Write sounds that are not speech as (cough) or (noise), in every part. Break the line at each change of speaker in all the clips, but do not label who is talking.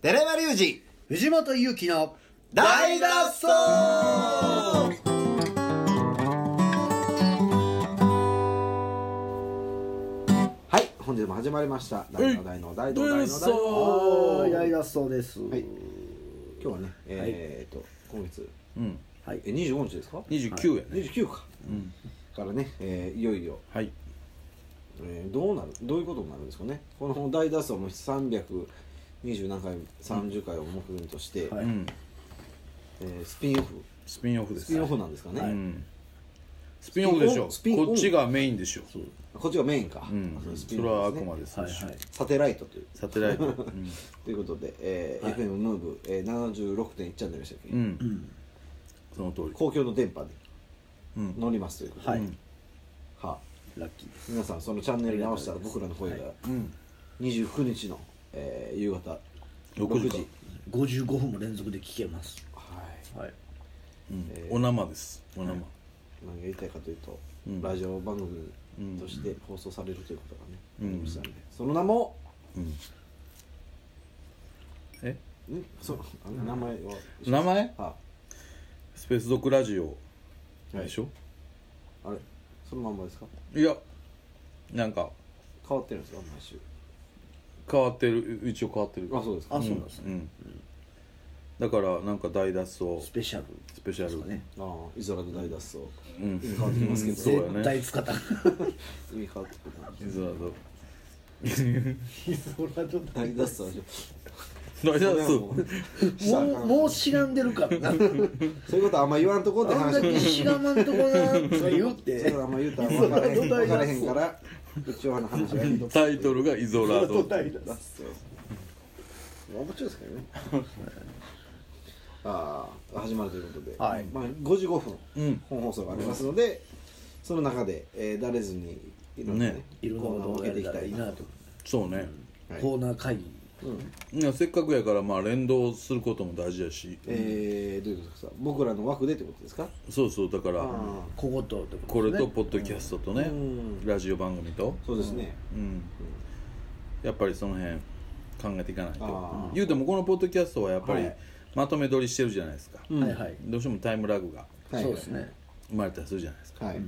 寺山隆
二藤本勇樹の
二大脱走はい本日も始まりました大の大の大の大の大の大
は
の
い大脱走です
はい今日はねえーっと今月
うん、
はい
え25日ですか
29やね、
29か
うん、
からねえーいよいよ
はい
えーどうなるどういうことになるんですかねこの大脱走も320何回30回を目標として、
は
う
い
ん、
えースピンオフ
スピンオフです
スピンオフなんですかね、
うん、スピンオフでしょ
スピンオン
こっちがメインでしょう、
こっちがメインか、
ん
あの、ス
そ
ピン
れは
オ
あ
フで
く
すね
まで最
はい
初、
はい
サテライトという
サテ
(laughs)
ライト、うん
ということで、えー
はい
FM ムーブ、えー、76.1チャンネルでしたっけ、
うんその通り、
公共の電波で
うん
乗りますということで、
はい
うんはあ
ラッキーです
皆さんそのチャンネルに直したら
ありが
僕
と
ら
う
の
ご
声
ざいます
が
うん、
29日の、えー夕方
6
6
時
時
55分も連続で聞けます
はい
はい
うん
えー
お生ですお生、
何が言いたいかというと、
うん
ラジオ番組として放送されるということがね、
うん
ありましたのでその名も
うん、え
んそあの名前は
名前
あ
スペースドッグラジオ
はい
でしょ、
あれそのまんまですか
い、やなんか
変わってるんですか毎週
変わってる一応変わってる
あそうですか
あ
あ
そうなん
ん
です
う
ね
んだからなんか大脱走
スペシャル
スペシャル
ですかね
あイゾラの大脱走
うん
意味変わってきますけ
そうだ
ど
ね
絶対使った
意味変わってくるな
そうだぞ
イゾラド
大脱走はちょっ
大脱
とそれはも
走
うしたらあ
も
かん
うもうしがんでるからな
そういうことあんま言わんとこって
あんだ
話
けしがまんとこなとか言う
そ
て
ういうことあんま言うたら分からへん
イゾラ
分
の大脱走
からへんから一応あの話が面
タイトルが「イゾラード」
白いですけどねああ始まるということで、
はい
まあ、55分、
うん
本放送がありますので、その中で、えー、だれずにいろんなね
ね
いろんな
コーナー
こ
を
とを
受
やれ
けていき
た
た
らい
い
い
な
な
と
と、
そうね、
はい
コーナー会議
うん
いやせっかくやからまあ連動することも大事やし、
えー、どういうことですか僕らの枠でってことですか、
そうそうだから
あ
小言ってことですね
これとポッドキャストとね、
うん
ラジオ番組と
あそうですね、
うんやっぱりその辺考えていかない
あ
と
ー
言うてもこのポッドキャストはやっぱり
はい
まとめ撮りしてるじゃないですか、
うん
はいはい
どうしてもタイムラグが
はい
そうですね
生まれたりするじゃないですか
はい、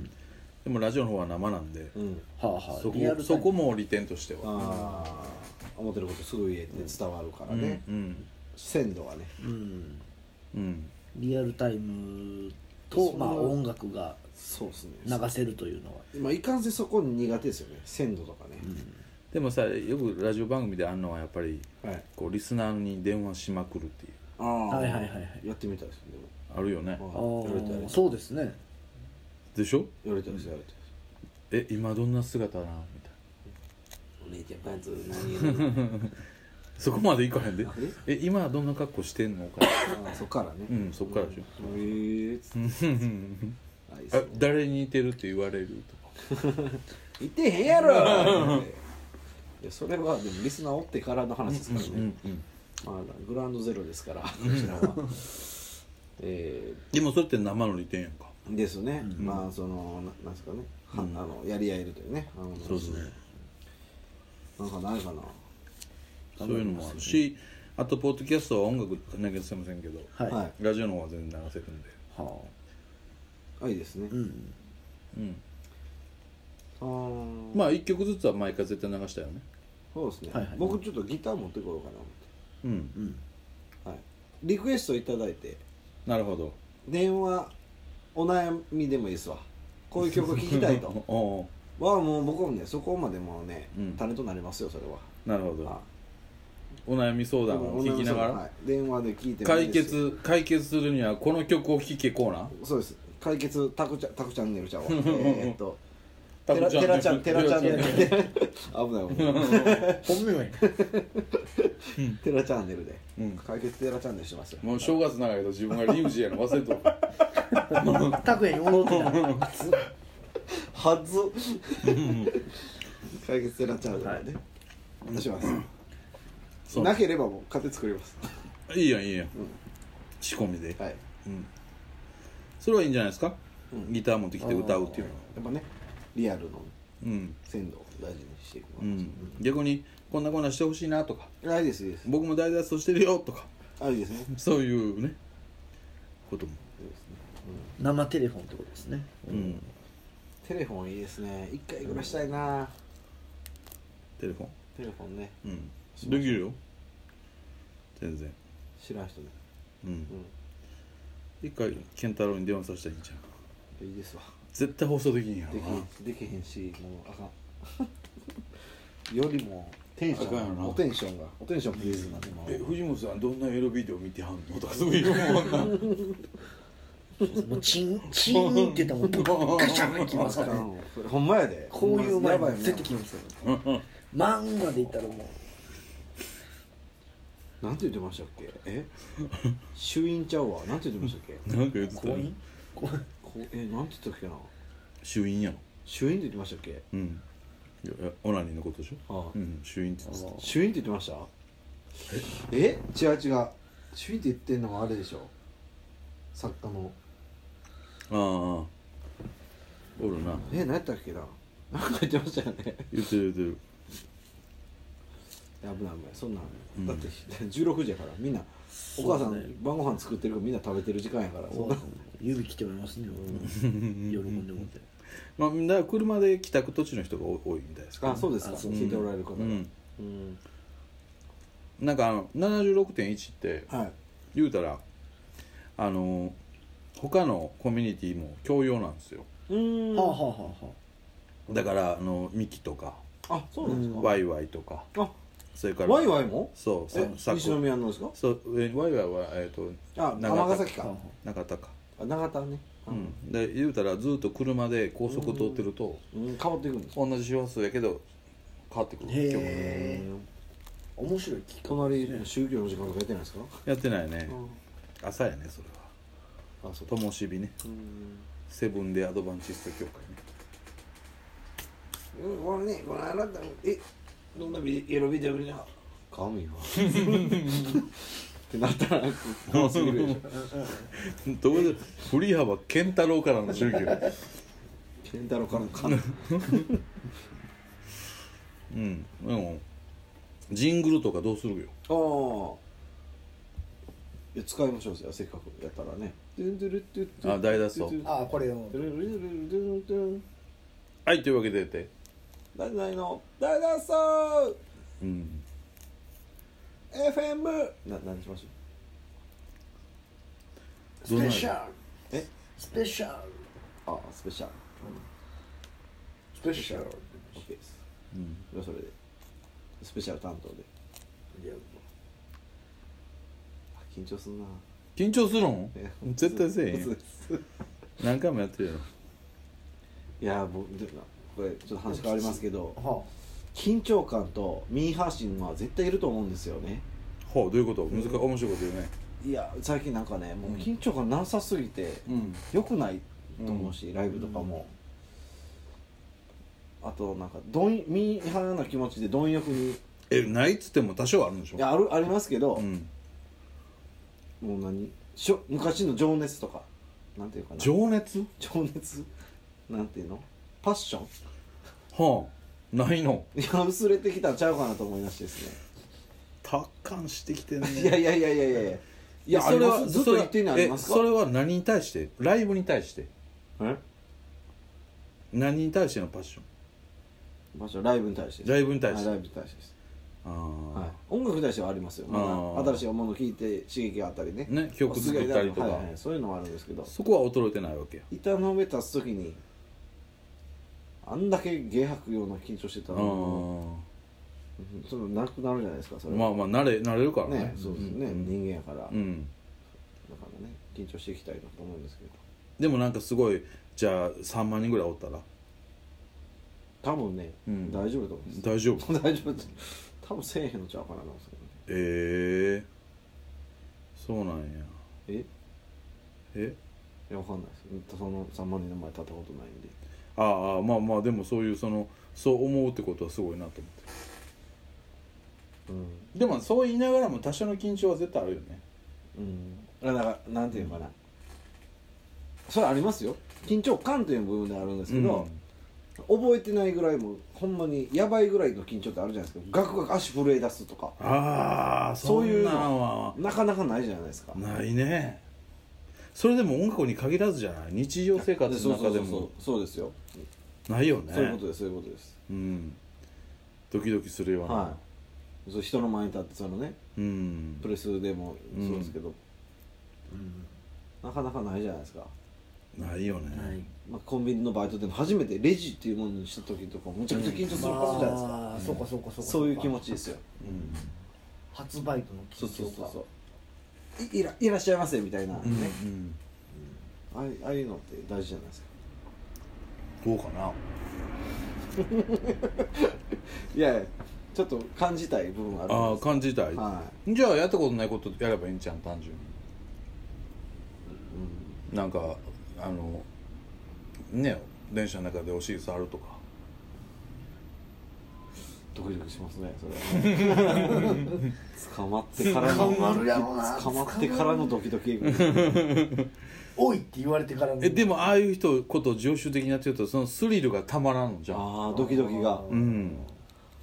でもラジオの方は生なんで、
うん
はあは
そ
あリアルタイ
こ
ム
そこも利点としては
ああ思ってることすぐ言えて伝わるから
うん
ね、
うん
鮮度がね
うん
うん
リアルタイムとまあ音楽が
そうですね
流せるというのは
まあいかんせんそこ苦手ですよね鮮度とかね、
でもさよくラジオ番組であんのはやっぱり
はい
こうリスナーに電話しまくるっていう
ああ
はいはいはいはい
やってみたいですね
あるよね
でも
あ
はいやれたやれ
ー
た
そうですね
でしょ
やれたですやれたで
え
す
今どんな姿なみたいな
お姉ちゃんパンツ何色
そこまでいかへんで
え
え今どんな格好してんのか
ああそっからね
うんそっからでしょ
うんへえつってあいいっす
あ
ね
誰に似てるって言われるとか
言ってへんやろいやそれはでもリスナーおってからの話ですからね、
うんうん
まあ、グラウンドゼロですからこちらはえ
でもそれって生の利点やんか
ー、ですね、まあそのななんですかね、は
うん
あのやり合えるというねあの
そうですね
なんかないかな
そういうのもあるしあとポッドキャストは音楽投げせませんけど、
はい
はい
は
ラジオの方は全然流せるんで
あ
あいいですね、
うん
うん
あー
まあ1曲ずつは毎回絶対流したよね
そうですね、
はいはい
僕ちょっとギター持ってこようかなと思
うん
うん
って、はい、リクエストいただいて
なるほど
電話お悩みでもいいですわこういう曲聴きたい
(laughs)
と
おお
はもう僕もねそこまでもうね、
うん
タレントになりますよそれは
なるほ
あ
どお悩み相談を聞きながら、
はい電話で聞いてもい
解
いですし
決解決するにはこの曲を聴けコーナー
そうです解決タクちゃんタクチャンネ
(laughs)
ルちゃうわえーっと
タ
テラ
ク
テラちゃんテラちゃんネル危ない危ない
本名やん
テラチャンネルで
うん
解決テラチャンネルしてますよ
もう正月長いけど自分がリムジやの忘れとった
タクヤに戻ってた
はず解決テラチャンネルでねします
そう
なければもう勝手に作ります
いいやんいいやん、仕込みで、
はい
うん、それはいいんじゃないですか、
うん
ギター持ってきて歌うっていう
や
のは
っぱねリアルの
うん、
鮮度を大事にしていく
うん、逆にこんなこんなんしてほしいなとか
ありですいいです
僕も大脱走してるよとか
ありですね
そういうねことも、
そうですね
生テレフォンってことですね
うん、
テレフォンいいですね一回ぐらいしたいな
テレフォン
テレフォンね
うん
そう
できるよ全然
知らん人ね
うん
う
一回健太郎に電話させたらいいんじゃん
んいいですわ
絶対放送できんやろ
で
な
きできへんしもうあかんよりもテンシ
あかんや
ョ
ろ
ン
な
おテンションがおテンションプリーズになっても
え藤本さんどんなエロビデオ見てはんのとかすごい言うもんな
もうチンチンって言ったらもうブッガシャンってきますからね
それほんまやで
こういう前
や
に
ばい
出てき
ね
ますよマンまでいったらもう
なんて言ってましたっけえ衆院ちゃうわなんて言ってましたっけ
なんか言ってたよ
婚姻婚姻
こうえなんて言ったっけな
衆院やろ
衆院って言ってましたっけ
うんいやいやオナニーのことでしょ
ああ
うん衆院って言ってた
主演って言ってましたえ違う違う主演って言ってんのはあれでしょ作家の
ああおるな
え何やったっけななんか言ってましたよね
言ってる言ってる
危ない危ないそんなん、
うん
だって16時やからみんなお母さん、晩ご飯作ってるからみんな食べてる時間やから
そう
そん
で
な
すね指切っておりますね喜んでもって
まあみんな車で帰宅途中の人が多多いみたいですか
あそうですか
あそう
聞いておられる方
う
が
ん
うん
なんかあの76.1って
はい
言うたらあの他のコミュニティも共用なんですよ
うーん
はあはあはあは
だからあのミキとか
あそうなんですか、
ワイワイとか
あ
それから
ワイワイも
そうさ
え
さ
西宮のですか
そうえワイワイはえっ、と
あ
長田
尼崎
あはあは
か
中田か
あ長田ね
うんで言うたらずっと車で高速通ってると
うん変わっていくんです
同じ周波数やけど変わってくる
へー
曲も
えあ面白い聞き方
隣宗教の時間とかやってないですか、
やってないね朝やねそれは
あそう
ともしびね
うん
セブンでアドバンチスト協会 (laughs) ね
うん俺ねこのあなたえどんなビエロビデオ見な神はってなったら怖すぎるでし
ど
ょ
うで振り幅健太郎からの宗教
健太郎からの神
うんでもジングルとかどうするよ
ああいや使いましょうよせっかくやったらね
あ大脱走
あ
ああこれを
はいというわけでやって
大大の大脱走
うん
FM な何しましょ
スペシャル
え
スペシャル
うああスペシャル
スペシャル
OK です
うん
じゃあそれでスペシャル担当で
いや
あ緊張すんな
緊張するん
いや
絶対せえへん
嘘
よ
です
何回もやってるやろ
いや僕でこれちょっと話変わりますけど
は
緊張感とミーハー心は絶対いると思うんですよね
ほうどういうこと難しい面白いこと言うね
いや最近なんかねもううん緊張感なさすぎて
うん
良くないと思うし、ライブとかも、あとなんかどんミーハーな気持ちで貪欲にい
えないっつっても多少あるんでしょ
やあるありますけど
う、ん
もう何しょ昔の情熱とかなんていうかな
情熱
情熱なんていうのパッション (laughs)
はあないの
いや薄れてきたんちゃうかなと思いましてですね
達観してきてんね
いやいやいやいやいやいやいやあ
そ
り
れ
ま
は
すずっと言ってんのありますか
それはえそれは何に対してライブに対して
え
何に対してのパッション
場所ライブに対してです
ライブに対して
はいライブに対してです、
ああ、
はい、音楽に対してはありますよ、
あー
まだ新しいものを聴いて刺激があったりね
ね曲作ったりとか
はいはいそういうのはあるんですけど
そこは衰えてないわけや
板の上立つ時にあんだけ芸吐くような緊張してた
あ
らもうそのなくなるじゃないですかそ
あ
れ
ま
は
あまあ慣れ慣れるからね
ねそうですね、
うん
人間やから、
う
だ
ん
からね緊張していきたいなと思うんですけど
でもなんかすごいじゃあ3万人ぐらいおったら
多分ね、
うん
大丈夫だと思うんです
大丈夫
(laughs) 大丈夫です多分せえへんのちゃうかなと思うんですけどね
ええそうなんや
え
え
いやわかんないですその3万人の前に立ったことないんで
ああまあまあでもそういうそのそう思うってことはすごいなと思って
う
でもそう言いながらも多少の緊張は絶対あるよね
ん、うん、だからなんていうのかな、それはありますよ緊張感という部分ではあるんですけど、覚えてないぐらいもうほんまにやばいぐらいの緊張ってあるじゃないですかガクガク足震え出すとか
ああ
そ
そうう
い
いうう
の
のは
なかなかないじゃないですか
ないねそれでも音楽に限らずじゃない日常生活の
そうそ
中
う
で
そうそう
も
そうですよ、
ないよね
そういうことですそういうことです、
うんドキドキするような、
はいそう人の前に立ってそのね
うん
プレスでもそうですけど、なかなかないじゃないですか、
ないよね、
はい
まあ、コンビニのバイトでも初めてレジっていうものにした時とかむちゃくちゃ緊張することじゃないですか、
あーそうかそうかそうか
そういう気持ちですよ
うん
初バイトの緊張
そう
か
そうそうそういいらいらっしゃいませみたいなね、
うん
ああいああいうのって大事じゃないですか
どうかない
やいやちょっと感じたい部分ある
ああ感じたい、
は
じゃあやったことないことやればいいんじゃん単純になんかあのね電車の中でお尻触るとか
ドキドキしますねそれ (laughs) は捕まってからの
捕まるやろな
捕まってからのドキドキ
おいって言われてからの
えでもああいう人こと常習的にやってるとそのスリルがたまらんのじゃん
ああドキドキが
うん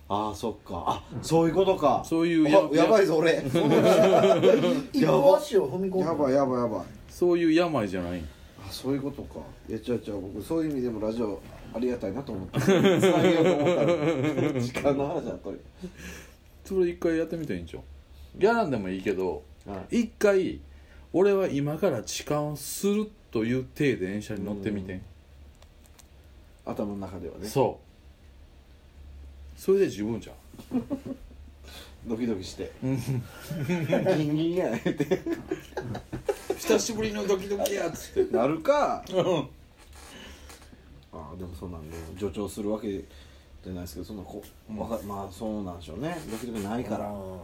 ああそっかあそういうことか
そういう
ややばいぞ俺
一歩足を踏み込んで
やばいやばいやばい
そういう病じゃない
あそういうことかいや違う違う僕そういう意味でもラジオありがたいなと思って伝えようと思ったら時間の話だったり
それ一回やってみたらいいんじゃんやらんでもいいけど
は
一回俺は今から痴漢をするという体で電車に乗ってみて
頭の中ではね
そうそれで十分じゃん
ドキドキしてギンギンやねって
久しぶりのドキドキやっつって
なるかああでもそうなんで助長するわけじゃないですけどそんなこわかまあそうなんでしょうねドキドキないから
あも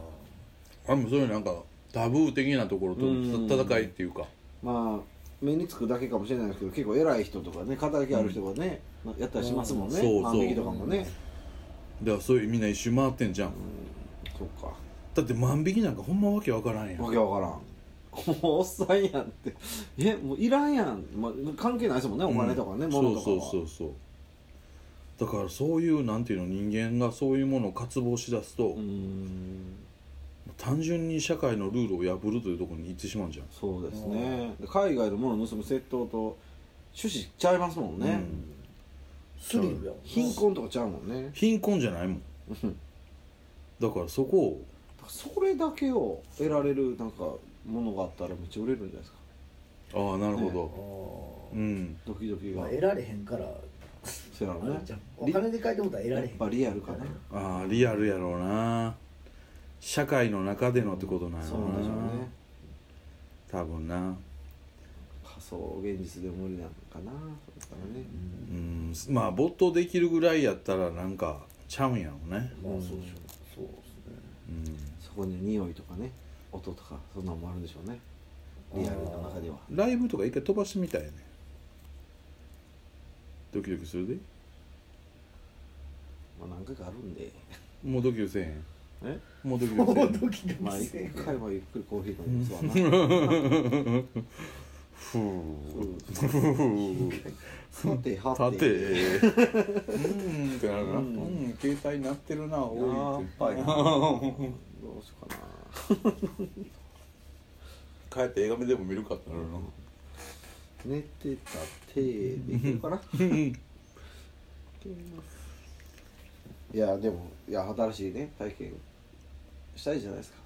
うそういうなんかタブー的なところと
うん
戦いっていうか
まあ目につくだけかもしれないですけど結構偉い人とかね肩書きある人がね、やったりしますもんね
うんそうそう
万引きとかもね、
だからそういうみんな一周回ってんじゃん
そっか
だって万引きなんかほんまわけわからんやん
わけわからんもうおっさんやんってえもういらんやん、まあ、関係ないですもんねお金とかね、
うん
物とかは
そうそうそうそうだからそういうなんていうの人間がそういうものを渇望しだすと、
うーん
単純に社会のルールを破るというところに行ってしまうんじゃん
そうですねで海外の物を盗む窃盗と趣旨ちゃいますもんね、
うん
スリルやもん
貧困とかちゃうもんね
貧困じゃないもんだからそこを
それだけを得られるなんかものがあったらめっちゃ売れるんじゃないですか
ああなるほ
あ
ど、うん
ドキドキ
ーま
が
あ得られへんから
せやろ
あれ
ね
じゃんお金で買いたことは得ら
や
れ
っ
へん
ぱリアルかな
ああリアルやろうな社会の中でのってことなんや
そ
ろ
う
うな
なんでしょうね
多分な
仮想現実で無理なのかなそうだからね
うんまあ没頭できるぐらいやったらなんかちゃうんやろうね
まあそうでしょそうですね
うん
そこに匂いとかね音とかそんなのもあるんでしょうねリアルの中では
ライブとか一回飛ばしてみたいねドキドキするで
まあ何回かあるんで
もうドキドキせえへ
え
んもうドキド
も
キせえへ
うんドキド
まあ
キ
一
せえ
回はゆっくりコーヒー飲みますわな (laughs)
ふう
うん
ふう
さては
立て
て
うんってなるな
う
うんん携帯鳴ってるな
や
多い
っ
って
ぱりなどうしようか
帰って映画見でも見るかってなるな
な寝てた手でいけ (laughs) るかないけますいやでもいや新しいね体験したいじゃないですか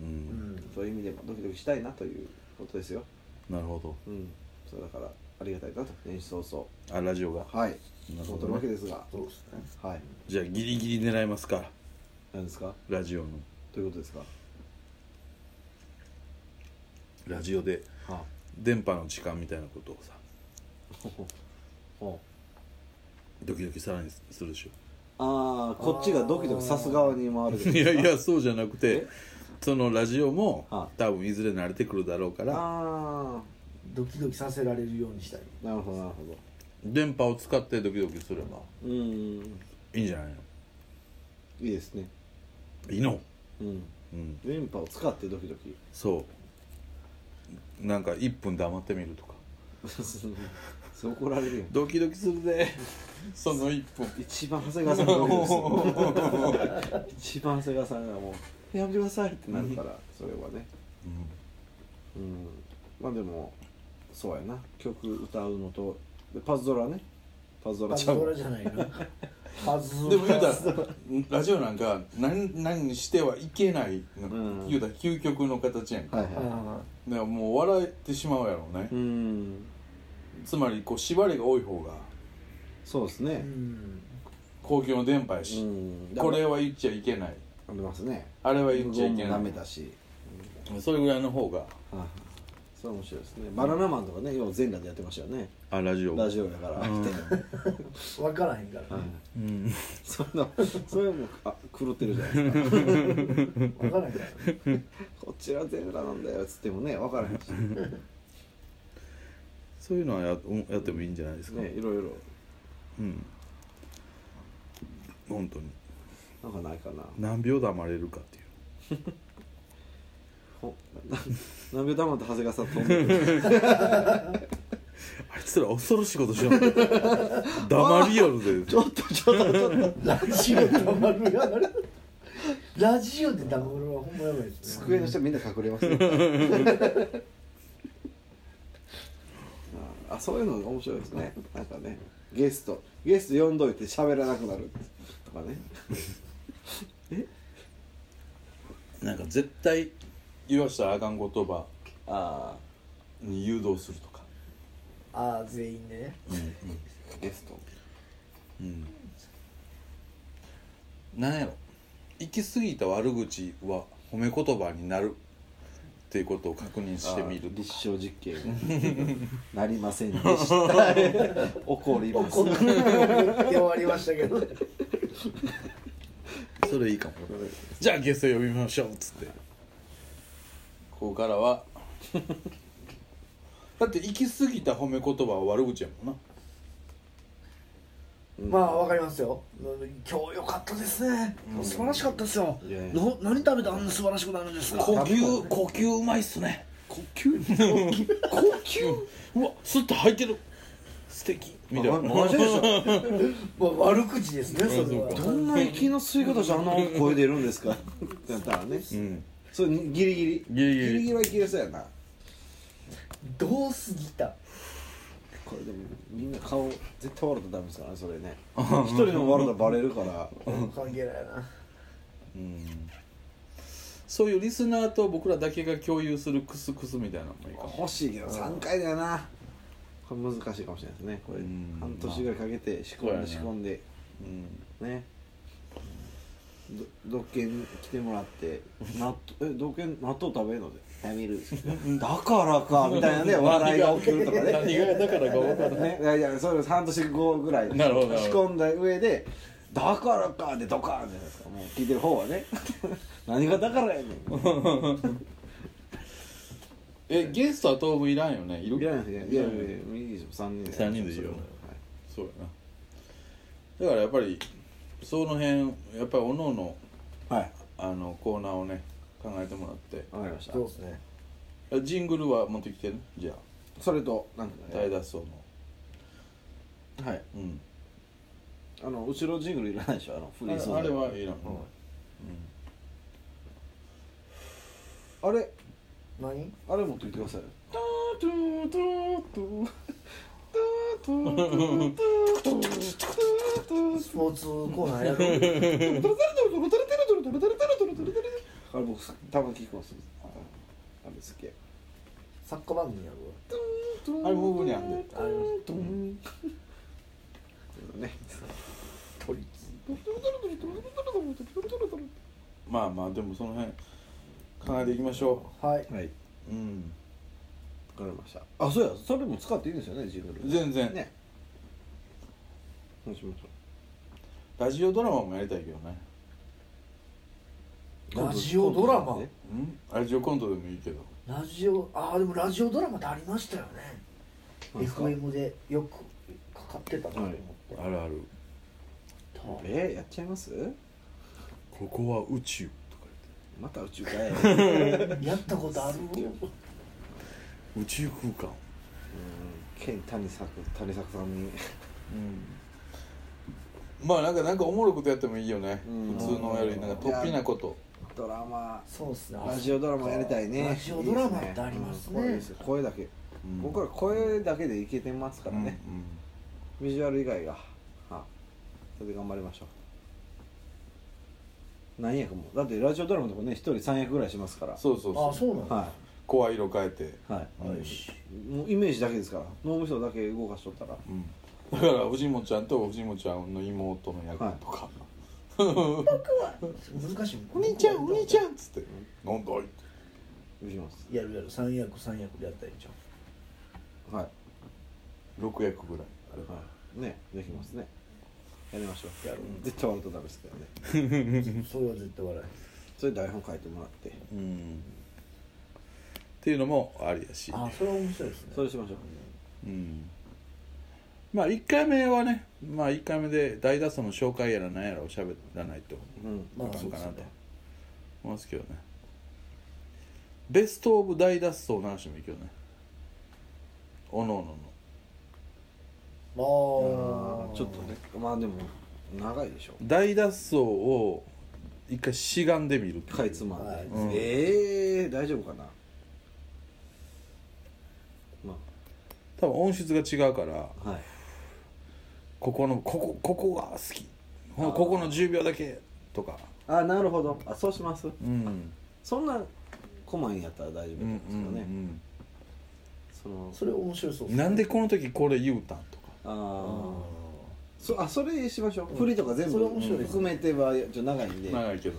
う
うんん
そういう意味でもドキドキしたいなということですよ
なるほど
うんそうだからありがたいなと年始早
あラジオが
々はい
なる
思
ほ
ってる
ど
わけ
ね
ですが
そうですね
はい
じゃあギリギリ狙いますから
何ですか
ラジオの
どういうことですか
ラジオで
は
電波の時間みたいなことをさ
あ
ドキドキさらにするでし
あーこっちがドキドキさす側に回る
ょ (laughs) いやいやそうじゃなくて
え
そのラジオも
は
多分いずれ慣れてくるだろうから
あ
ドキドキさせられるようにしたい
あなるほどなるほど
電波を使ってドキドキすれば
うーん
いいんじゃないの
いいですね
いいの
うん
うん
電波を使ってドキドキ
そうなんか1分黙ってみるとか
そう怒られるよ
ドキドキするで (laughs) その一歩
一番長谷川さんが怒るんですよ一番長谷川さんがもう「やめてください」ってなるからそれはねうんまあでもそうやな曲歌うのとでパズドラねパズドラ
パズ
ちゃう
ド
わ
ラじゃないな
(laughs)
パズドラ
でも言う (laughs) たらラジオなんか何何にしてはいけないの、
うん
言うたら究極の形やんか、
はいは
あ
だからもう笑えてしまうやろうね
い、うん
つまりこう縛りが多い方が
そうです
ーう
ね
ん
公共の電波や
う
し、
ん
これは言っちゃいけない
ありますね
あれは言っちゃい
無
け
言も
な
ダメ
い
だし
それぐらいの方が
はいはいそれは面白いですねバナナマンとかねよう全裸でやってましたよね
あラジオ
ラジオやから
うん
飽きて
分からへんから、
はい
うん
そんなそれはもうあ狂ってるじゃないですか
分からへんから
こっちは全裸なんだよっつってもね分からへんし
そういうのはやうんやってもいいんじゃないですか、
ねいろいろ
うん本当に
なんかないかな
何秒黙れるかっていう
ほな何秒黙って長谷川さん飛んでくる
あいつら恐ろしいことし
(laughs)
よる黙りよる
ちょっとちょっとちょっと
ラジオ黙るやがるラジオで黙るはほんまやばいですね
机の下みんな隠れますよああそういうの面白いですねなんかねゲストゲスト呼んどいて喋らなくなるとかね
でなんか絶対言わしたらあかん言葉
あ
に誘導するとか
ああ全員でね
あゲスト
うんなんやろ行き過ぎた悪口は褒め言葉になるっていうことを確認してみる
あ
と
立
か
証実験なりませんでした (laughs) 怒ります
怒って終わりましたけど
それいいかもじゃあゲスト呼びましょうっつってここからは (laughs) だって行き過ぎた褒め言葉は悪口やもんな
まあわかりますよ今日良かったですね、素晴らしかったですよ
いやいや
の何食べたらあんな素晴らしくなるんですか
呼吸呼吸うまいっすね呼吸呼吸うわスッと入ってる素敵みたいな
マジでしょ (laughs)
まあ悪口ですねそれは
そう
どんな息の吸い方してあんな声出るんですかってなったらね、
うん
それギリギリ
ギリギリ
はギリそうやな
どうすぎた
これでもみんな顔絶対笑ったらダメですからねそれね一人でも笑ったらバレる
(laughs)
から
関係ないな
うんそういうリスナーと僕らだけが共有するクスクスみたいなのもいいかも
欲しいけど3回だよなこれ難しいかもしれないですねこれ
うん
半年ぐらいかけて仕込ん
まあ
で仕込んで
うん
ねどけん来てもら
(laughs)
って納豆えどけん納豆食べるのでやめるだからかみたいなね笑いが起
(laughs)
きるとかね
何がだからか分からない
ね、いやいやそれ半年後ぐらいに仕
なるほどなるほど
込んだ上で「だからか」でドカーンじゃないですかもう聞いてる方はね何がだからやねん
えゲストは当分いらんよねいる
いやいやいやいやいいでしょ3人で
三人でいいよ
はい
そうやなだからやっぱりその辺やっぱりおのおの
はい
あのコーナーをね考えてもらって
わかりまし
そうで
た
すね
あジングルは持ってきてるじゃあ
それとなんか
大
ね
脱走の
はい
うん
あの後ろジングルいらないでしょあのフ
あ
リー
れ
ソング
あれはいらん、
あれ
何
あれ持ってきてください
スポーツコーナーやろう
あれ僕たまに聞くんですよあれ好きや
サッカー番組やろ
あれムーブにあんね
う
ん
あります
ね
鳥貴
まあまあでもその辺考えていきましょ
はい
はいわ
ううん
かりましたあそうやそれも使っていいんですよねジングル
全然、
ねそうしましょ
ラジオドラマもやりたいけどね
う
ラジオドラマ
ね
うんラジオコントでもいいけど
ラジオああでもラジオドラマってありましたよね
何ですか
FM でよくかかってたなと思って、
あるある
えやっちゃいます
ここは宇宙とか
また宇宙かい
やったことある
言って宇宙空間
うんケン谷作谷作さんに
うんまあなんかなんかおもろいことやってもいいよね、
うん
普通のよりなんか突飛なこと
ドラマ
そうっすね
ラジオドラマやりたいね
ラジオドラマってありますね
いいですうん声ですよ声だけ、
うん
僕ら声だけでいけてますからね、ビジュアル以外がはそれで頑張りましょう何役もだってラジオドラマとかね一人3役ぐらいしますから
うんそうそうそう
あそうなんだ
は
声色変えて、
いはい
うん
もうイメージだけですから脳みそだけ動かしとったら
うんだから藤本ちゃんと藤本ちゃんの妹の役とか、
難しい
お兄ちゃんお兄ち
ん
ゃんっつって「なんだい?」って
できます
やるやる三役三役でやったらいいじゃん
はい
6役ぐらいあれば
はいねできますねやりましょう
やる
絶対笑うとダメですけどね
それは絶対笑
それ台本書いてもらって
うんっていうのもありやし
えあそれは面白いですね
それしましょう
うんまあ1回目はねまあ1回目で大脱走の紹介やら何やらを喋らないと
うん
まあ
そうかな
そう
と
ですね
思いますけどねベスト・オブ・大脱走の話もいいけどねおのおのの
まあ
あーちょっとねまあでも長いでしょ
大脱走を一回しがんでみるっていう
かいつまんで、
はい
うん
ええー、大丈夫かなま
多分音質が違うから
あはい
ここのここここが好きほんここの10秒だけとか
あなるほどあそうします
うん
そんなコマンやったら大丈夫
うんう
なん
ん
ですかね、その
それ面白そううんっすね
なんでこの時これ言うたんとか
あ
あー
ー
そあそれしましょう振りとか全
そ
部
れ面白いですね
含めてはちょっと長いんで、
長いけど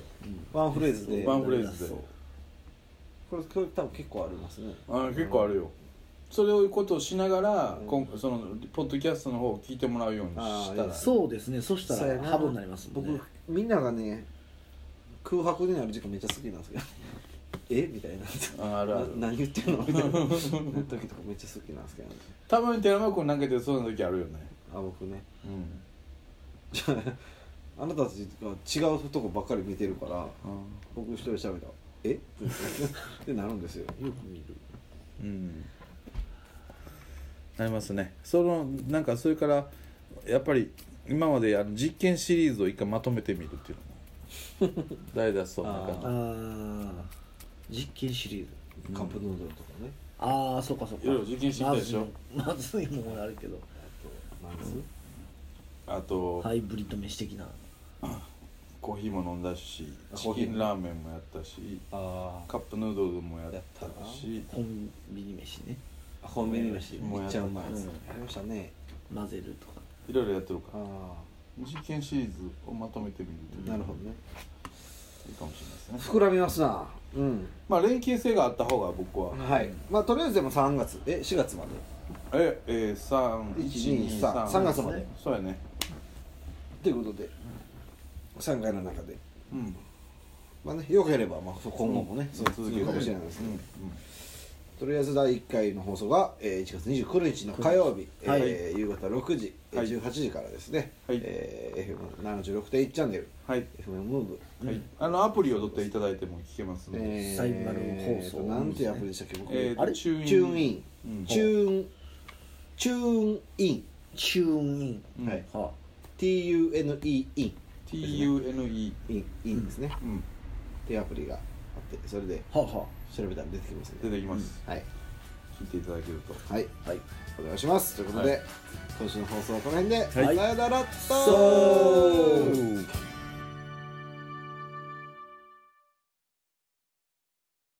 ワンフレーズで
ワンフレーズで
これこれ多分結構ありますね
あ結構あるよそういうことをしながら、
うん
こんそのポッドキャストの方を聞いてもらうように
あ
し
ー
た
いい
ら
です
そうですねそした
そうや
ら
な
ハブになりますもんね
僕みんながね空白になる時間めっちゃ好きなんですけどえみたいな
ああるある
な何言ってんのみたいな時とかめっちゃ好きなんですけど、ね、
多分寺山君なんかでそうな時あるよね
あ僕ね
うん
じゃああなたたちが違うとこばっかり見てるから僕一人喋ったら「えっ?」ってなるんですよ
よく見る
うんなりますねそのなんかそれからやっぱり今まであの実験シリーズを一回まとめてみるっていう (laughs) のも大脱走なん
あ
か
あ実験シリーズ
カップヌードルとかね
ああそうかそうか
いろいろ実験してきたでしょ
まずいまずいもんあるけど
あとなんです
あと、
ハイブリッド飯的な
コーヒーも飲んだし
あ
チキンラーメンもやったし
あ
カップヌードルもやったし
コンビニ飯ね
あコンビニ飯
もう
め
や
っ
っ
ち
た
ゃうまいです
うん
ありましたね
混ぜるとか
いろいろやってるから
あ
実験シリーズをまとめてみるという
あなるほどね
いいかもしれないですね
膨らみますなうん
まあ連携性があった方が僕は、
はいまあとりあえずでも3月え4月まで
ええー、三
123 3月まで
そうやね
ということで3回の中で
うん
まあねよければまあ今後もね
そう続ける
かもしれないですね
うんうん
とりあえず第1回の放送が、えー、1月29日の火曜日、
はい
えー夕方6時、えー
はい
18時からですね、
はい
えー、FM76.1 チャンネル、
はい、
FM ムーブ、
はい、あのアプリを取っていただいても聞けますので、
えー
サイバル放送
えーとなんていうアプリでしたっけ僕、
えーと
あれ
チューイン
チューン
う
イン、
ん
チューンチューンイン
チューンイン
うん
はい
は
TUNE イン
TUNE
インインですね、っ
うん
ていうアプリがあってそれで
あはあは
調べたら出てきますん
出
で
てきます、
はい
聞いていただけると
はい
あはい
お願いしますということで、
はい
今週の放送はこの辺で、
い
さよなら
そう